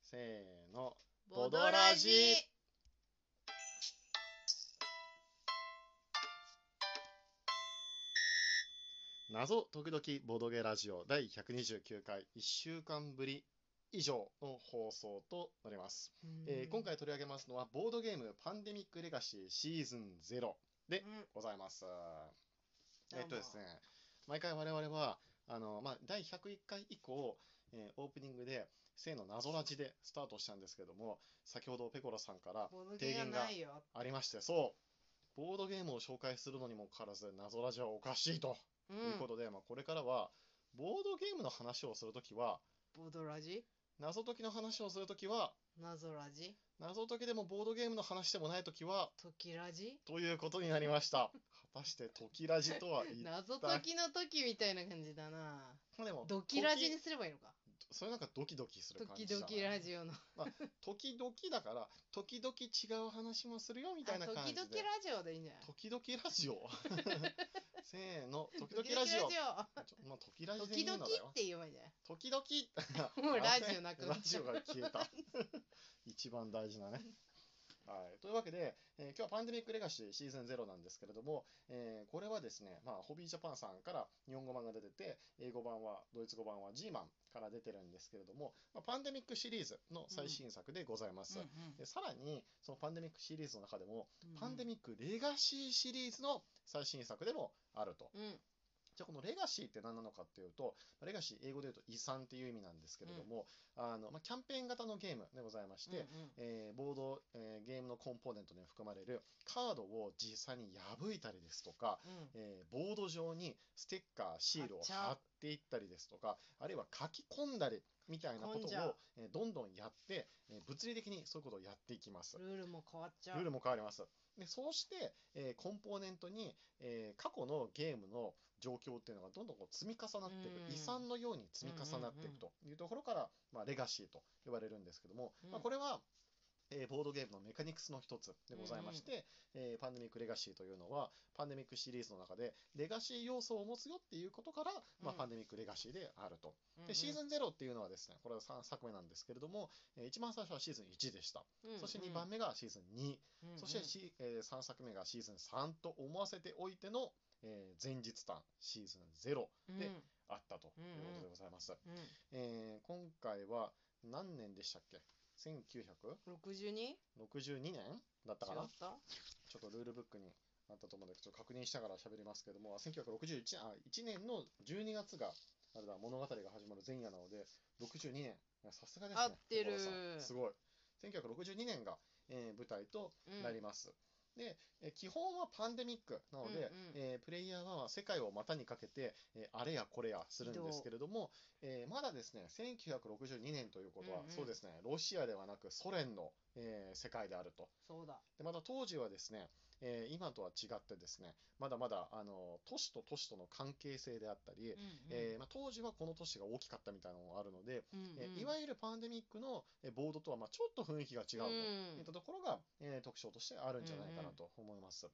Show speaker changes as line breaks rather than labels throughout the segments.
せーの。
ボドラジ
謎時々ボドゲラジオ第129回1週間ぶり以上の放送となります、えー今回取り上げますのはボードゲームパンデミックレガシーシーズン0で
うん
ございます、
どうも
えっとですね毎回我々はあの、まあ、第101回以降、えーオープニングで「性の謎ラジ」でスタートしたんですけども先ほどペコラさんから
ボドゲがないよ。
ありましてそうボードゲームを紹介するのにもかかわらず謎ラジはおかしいとと
う
いうこ
ん。
とで、まあ、これからはボードゲームの話をするときは
ボドラジ
謎解きの話をするときは
謎ラジ
謎解きでもボードゲームの話でもないときは
時ラジ
ということになりました。果たして時ラジとは言っ
謎解きの時みたいな感じだな。
まあでも
ドキラジにすればいいのか。
時それなんかドキドキする感
時
じだな
々ラジオの。
時々だから時々違う話もするよみたいな感じ
時
で
々ラジオでいいんじゃない
時々ラジ オせーの時々
時
ラジオ
々ラ
ちょまあ時ラ
ジオ
ジでいい
時
のだ
々
よ
って言えばいいんじゃない
時々
もうラジオなくなっ
ラ
ち
ジ
ゃ
オ
う
が消えた 一番大事な ねはい、というわけで、えー今日はパンデミックレガシーシーズン0なんですけれども、えーこれはですね、まあ、ホビージャパンさんから日本語版が出てて、英語版は、ドイツ語版は G マンから出てるんですけれども、まあ、パンデミックシリーズの最新作でございます。でさらに、そのパンデミックシリーズの中でも、パンデミックレガシーシリーズの最新作でもあると。
うんうん
じゃあこのレガシーって何なのかっていうと、まあレガシー、英語で言うと遺産っていう意味なんですけれども、あのまあ、キャンペーン型のゲームでございまして、えーボード、えーゲームのコンポーネントに含まれるカードを実際に破いたりですとか、
うんうん
えーボード上にステッカー、シールを
貼っちゃう
貼っていったりですとか、あるいは書き込んだりみたいなこと
書
を
き込んじゃう、
えーどんどんやって、えー物理的にそういうことをやっていきます。
ルールも変わっちゃう。
ルールも変わります。でそうして、えーコンポーネントに、えー過去のゲームの状況っていうのがどんどんこう積み重なっていく、
うん
遺産のように積み重なっていくというところから、まあ、レガシーと呼ばれるんですけども、
うん
まあ、これは、えーボードゲームのメカニクスの一つでございまして、えーパンデミック・レガシーというのはパンデミックシリーズの中でレガシー要素を持つよっていうことから、まあ、
うん
パンデミック・レガシーであると。
うんうん
でシーズン0っていうのはですねこれは3作目なんですけれども、えー一番最初はシーズン1でした、そして2番、目がシーズン2。
うんうん
そして、し、えー、3作目がシーズン3と思わせておいての、えー前日短シーズン0
うん
であったという
うんうん
ことでございます。
うんうん
えー今回は何年でしたっけ ?1962
62? 違
年だったかな
った
ちょっとルールブックにあったと思うんで、ちょっと確認したから喋りますけども、あ1961年あ1年の12月があれだ物語が始まる前夜なので、62年、いやさすがですね。
合ってる
所さんすごい。1962年が、えー舞台と
うん
なります。で、えー基本はパンデミックなので、
うんうん
えープレイヤーは世界を股にかけて、えーあれやこれやするんですけれども、えーまだですね、1962年ということは、
うんうん
そうですね、ロシアではなくソ連の、えー世界であると。
そうだ。
でまた当時はですね、えー今とは違ってですね、まだまだあの都市と都市との関係性であったり、えーまあ、当時はこの都市が大きかったみたいなのもあるので、えーいわゆるパンデミックのえーボードとはまあちょっと雰囲気が違うといったところが、えー特徴としてあるんじゃないかなと思います。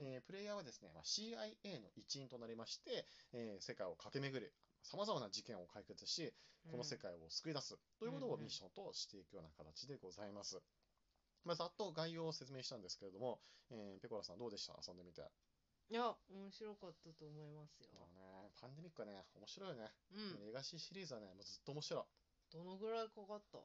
えープレイヤーはですね、まあ、CIA の一員となりまして、えー世界を駆け巡り、さまざまな事件を解決し、この世界を救い出すということをミッションとしていくような形でございます。まあ、ざっと概要を説明したんですけれども、えーペコラさんどうでした遊んでみて。あ
いや、面白かったと思いますよ。
のね、パンデミックはね、面白いよね。
うん。
レガシーシリーズはね、もうずっと面白い。
どのぐらいかかった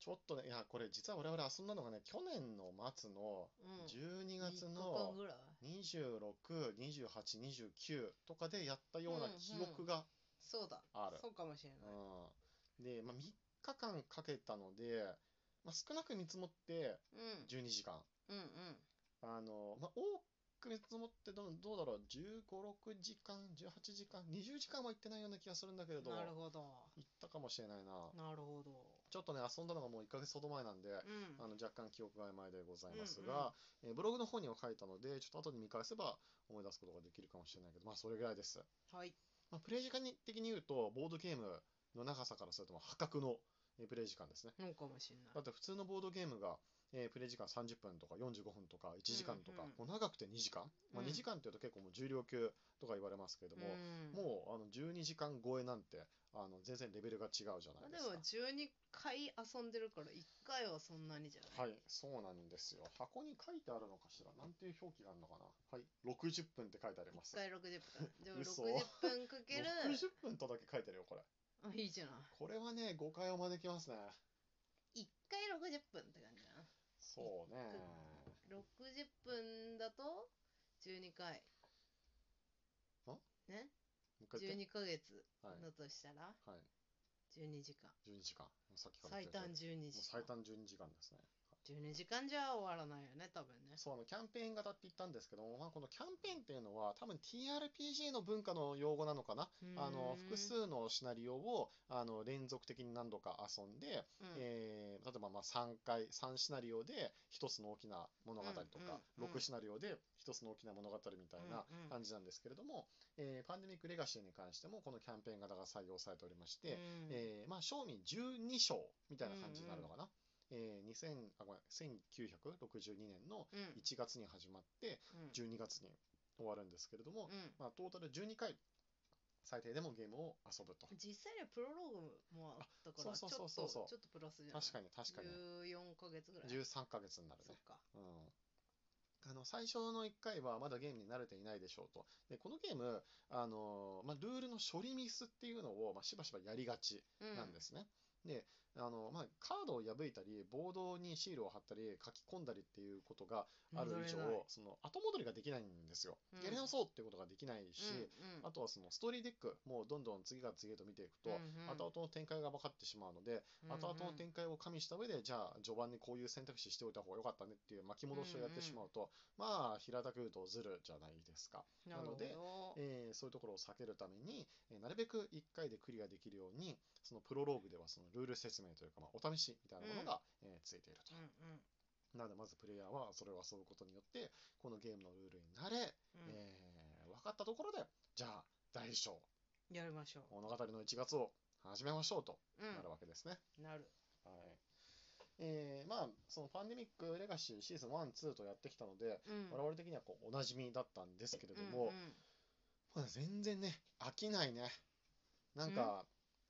ちょっとね、いや、これ実は我々遊んだのがね、去年の末の
うん。
12月
3日
の
間ぐらい
26、28、29とかでやったような記憶が
そうだ。
ある。
そうかもしれない。
うん、で、まあ、3日間かけたので、まあ、少なく見積もって
うん。
12時間。
うんうん。
あの、まあ、多く見積もってどう、どうだろう、15、6時間、18時間、20時間は行ってないような気がするんだけれど、
なる
行
ほど。
ったかもしれないな。
なるほど。
ちょっとね、遊んだのがもう1ヶ月ほど前なんで、
うん。
あの若干記憶が曖昧でございますが、えーブログの方には書いたので、ちょっと後で見返せば思い出すことができるかもしれないけど、まあ、それぐらいです。
はい。
まあ、プレイ時間的に言うと、ボードゲームの長さからすると、まあ破格の、えープレイ時間ですね。
そうかもしんな
だ
い
っ。て普通のボードゲームが、えープレイ時間30分とか45分とか1時間とか、
うんうん
もう長くて2時間、まあ、
うん
2時間っていうと結構もう重量級とか言われますけれども、
うん
もうあの12時間超えなんてあの全然レベルが違うじゃ
ま
ない
あで
ですか
も。12回遊んでるから1回はそんなにじゃな
はい、
い、
そうなんですよ。箱に書いてあるのかしらなんていう表記があるのかなはい、60分って書いてあります
1。回60分。じゃあ60
嘘
分かける。
60分とだけ書いてあるよ、これ。
あ、いいじゃな
これはね、誤解を招きますね。
い。1回60分って感じだな。
そうね。
60分だと12回。
あ
ね
もう一回言って。
12ヶ月
はい。
だとしたら
はい。
12時間。
12時間。さっきから
最
言ってる
短12
もう
時間
最。短12時間ですね。
12時間じゃ終わらないよね、多分ね。
そうあのキャンペーン型って言ったんですけども、まあ、このキャンペーンっていうのは多分 TRPG の文化の用語なのかな、あの複
う
数のシナリオをあの連続的に何度か遊んで、
ーん、うん
えー例えばまあ3回3シナリオで1つの大きな物語とか、
うんうんうん
6シナリオで1つの大きな物語みたいな
うんうん
感じなんですけれども、えーパンデミック・レガシーに関してもこのキャンペーン型が採用されておりまして、
うん
えーまあ、賞味12章みたいな感じになるのかな。えー2000あごめん1962年の
うん
1月に始まって、
うん
12月に終わるんですけれども、
うん
まあ、トータル12回、最低でもゲームを遊ぶと。
実際にはプロローグもあったから、
あ
ち
そ
ょ
う
っ
そう
と、
そうそう
ちょっとプラスじゃない
確かに、確かに。
14ヶ月ぐらい。
13ヶ月になる
そ
ね
っ。か。
うんあの最初の1回はまだゲームに慣れていないでしょうと。で、このゲーム、あのーまあ、ルールの処理ミスっていうのを、まあ、しばしばやりがち
うん
なんですね。で、あのまあ、カードを破いたり、ボードにシールを貼ったり、書き込んだりっていうことがある以上
戻れない、
その後戻りができないんですよ。
うん
やり直そうってことができないし、
うんうん
あとはそのストーリーデック、もうどんどん次が次へと見ていくと、
うんうん
後々の展開が分かってしまうので、後々の展開を加味した上で、じゃあ序盤にこういう選択肢しておいた方が良かったねっていう巻き戻しをやってしまうと、まあ平たく言うとずるじゃないですか。
なるほ
な
ど
えーそういうところを避けるために、えーなるべく1回でクリアできるように、そのプロローグではそのルール説明というか、まあ、お試しみたいなものが、えーついていると
う。んうん
なのでまずプレイヤーはそれを遊ぶことによって、このゲームのルールに慣れ、
うん
えー分かったところで、じゃあ大将、
やりましょ
物語の1月を始めましょうと
う。う
なるわけですね。
ん、なる。
はいえーまあ、そのパンデミックレガシーシーズン1、2とやってきたので、
うん
我々的にはこうおなじみだったんですけれど
うん
も、
うん
まあ全然ね、飽きないね。なんか、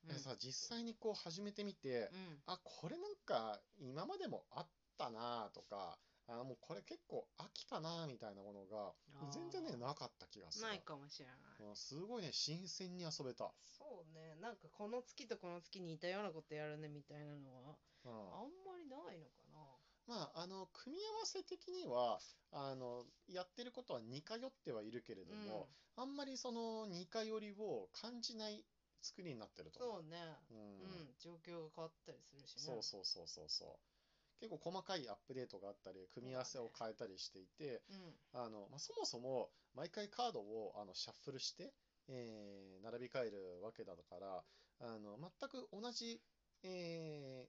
うん
えさ、実際にこう始めてみて、
うん
あ、これなんか今までもあったなとか、あもうこれ結構飽きたなみたいなものが、
あー
全然ね、なかった気がする。
ないかもしれない。
うんすごいね、新鮮に遊べた。
そうね、なんかこの月とこの月に似たようなことやるねみたいなのは、
うん
あんまりないのかな。
まあ、あの、組み合わせ的には、あの、やってることは似通ってはいるけれども、あんまりその似通りを感じない作りになってると思う。
そうね、うん、
うん
状況が変わったりするしね。
そうそうそうそうそう。結構細かいアップデートがあったり、組み合わせを変えたりしていて、
うん。
あのまあ、そもそも毎回カードをあのシャッフルして、えー並び替えるわけだから、あの全く同じ、えー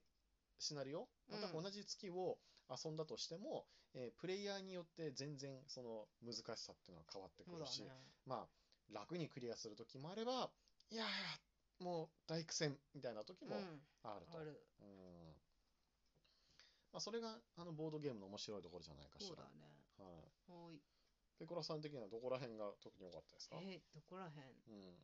シナリオ、
うん
全く同じ月を遊んだとしても、えープレイヤーによって全然その難しさっていうのは変わってく
そう
る
だ
し、
ね。
まあ、楽にクリアする時もあれば、いやいや、もう大苦戦みたいな時
う
も
ん、
あると。
ある。
うんまあ、それがあのボードゲームの面白いところじゃないかし
そう
ら。
だね。
はい
おい。
ペコラさん的にはどこら辺が特に良かったですか、
えー、どこらへん
うん、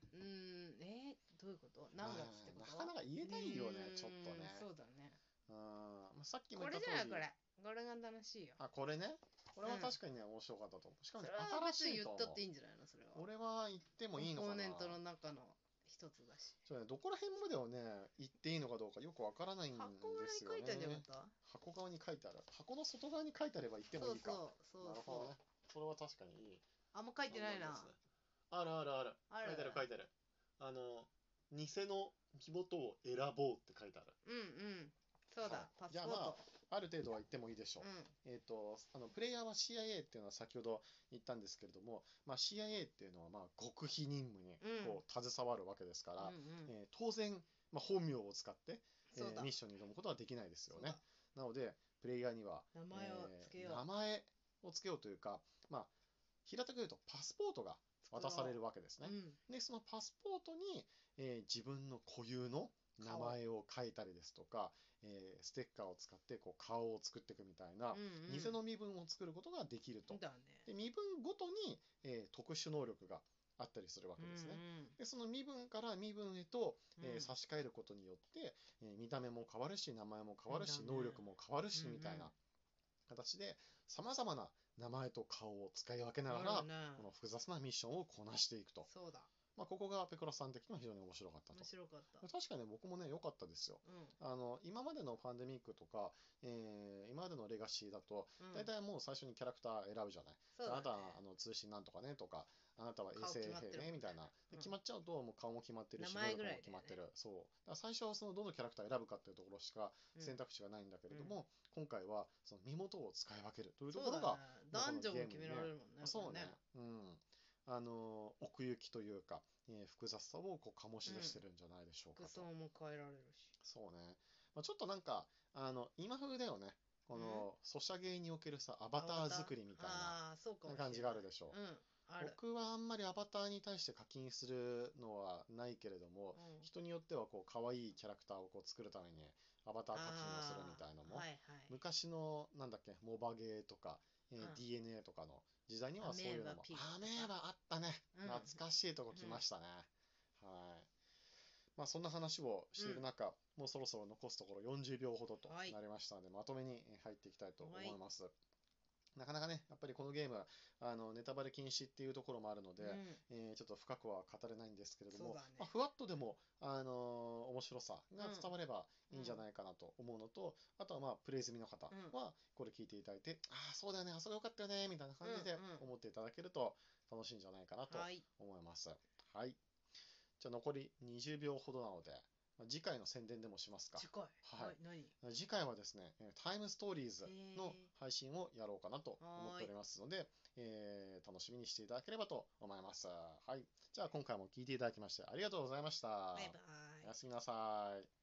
うーん、えー、どういうこと何月って
ま
こと
あなかなか言えないよね、ちょっとね
うーん。そうだね。
うんまあ、さっきも
こ
言
れ
った
じ
通
ゃな
り
いこれ。これが楽しいよ。
あ、これね。これは
うん
確かにね、面白かったと思う。しか
そ
もね
れは、別
新しい
に言
と思
ったっていいんじゃないのそれ
う。
は。
俺は言ってもいいのかな
コンポーネントの中の一つだし。
そうね、どこら辺までをね、言っていいのかどうかよくわからないんで
箱裏に
すよ
書い
ね。
てあるんじゃなかっ
箱側に書いてある。箱の外側に書いてあれば言って
た
もいう
そ
いか。
そうそう
なるほどね
そう。。
それは確かにいい。
あんま書いてないな。
あるあるある。
あ
書い
る
てある書いてある。あの、偽の木元を選ぼうって書いてある。
うんうん。そう
は
だ
い、
パス
じ
ポ
ゃあまあ
ート。
ある程度は言ってもいいでしょう
う。ん。
えー、とあのプレイヤーは CIA っていうのは先ほど言ったんですけれども、まあ、CIA っていうのはまあ極秘任務に
うん
こう携わるわけですから、
うんうん
えー当然、まあ、本名を使って、え
そう
ー
だ
ミッ。ションに挑むことはできないですよ
そう
ね
だ。
なのでプレイヤーには
名前をつけよ
えー名
う。
前をつけようというか、まあ、平たく言うとパスポートが渡されるわけですね。
うん。
でそのパスポートに、えー自分の固有の名前を書いたりですとか、えーステッカーを使ってこう顔を作っていくみたいな、
うんうん
偽の身分を作ることができると。
だね。
で身分ごとに、えー特殊能力があったりするわけですね。でその身分から身分へと、
うんうん
えー差し替えることによって、えー見た目も変わるし名前も変わるし、
そうだね
能力も変わるし、
うんうん
みたいな形でさまざまな名前と顔を使い分けなが
あ
ら、
るね
この複雑なミッションをこなしていくと、
そうだ。
まあ、ここがペコラさん的には非常に面白かった
面
と
白かった。
確かにね僕もね良かったですよ
うん
あの今までのパンデミックとか、えー今までのレガシーだと
うん。
大体もう最初にキャラクター選ぶじゃない
そうだ
あなたは
ね
あの通信なんとかねとか、あなたは衛
顔
星
決まってる
兵ねみたいな。
うん
で決まっちゃうと、もう顔も決まってるし、
名前ぐらい
能力も決まってる。そう。だから最初はそのどのキャラクターを選ぶかっていうところしか選択肢がないんだけれども、今回はその身元を使い分けるというところが、
そうだね、男
この
女
ゲームにね
も決められるもんね。
そう
これ
ね。うん。あのー奥行きというか、えー複雑さをこう醸し出してるんじゃないでしょう
服
かと。
装も変えられるし。
そうね。まあ、ちょっとなんか、あの、今風だよね。この、ソシャゲにおけるさ、アバター作りみたいな
ああー、そうかもしれない
感じがあるでしょう。
うん、ある。
僕はあんまりアバターに対して課金するのはないけれども、
うん
人によってはこう可愛いキャラクターをこう作るためにアバター課金をするみたいなのも、
あーはいはい。
昔のなんだっけモバゲーとか、えー
うん
DNA とかの時代にはそういうのもア
ア
メ
メ
ー
ー
バ
バ
あったね、
うん
懐かしいとこ来ましたね、はいまあそんな話をしている中、もうそろそろ残すところ40秒ほどとな
はい
りましたので、まとめに入っていきたいと思
はい
います、なかなかねやっぱりこのゲームあのネタバレ禁止っていうところもあるので、
うん
えーちょっと深くは語れないんですけれども、
そうだね
まあ、ふわっとでも、あのー面白さが伝われば
うん
いいんじゃないかなと思うのと、あとはまあプレイ済みの方
うん
はこれ聞いていただいて、ああそうだよねあそこよかったよねみたいな感じで
うんうん
思っていただけると楽しいんじゃないかなと
はい。
思います。はい、じゃあ残り20秒ほどなので、まあ次回の宣伝でもしますか
次。回。
はい
はい。何
次回はですね、えータイムストーリーズの
へー
配信をやろうかなと思っておりますので、えー楽しみにしていただければと思います。はい。じゃあ今回も聞いていただきましてありがとうございました。
バイバイ
おや。すみなさい。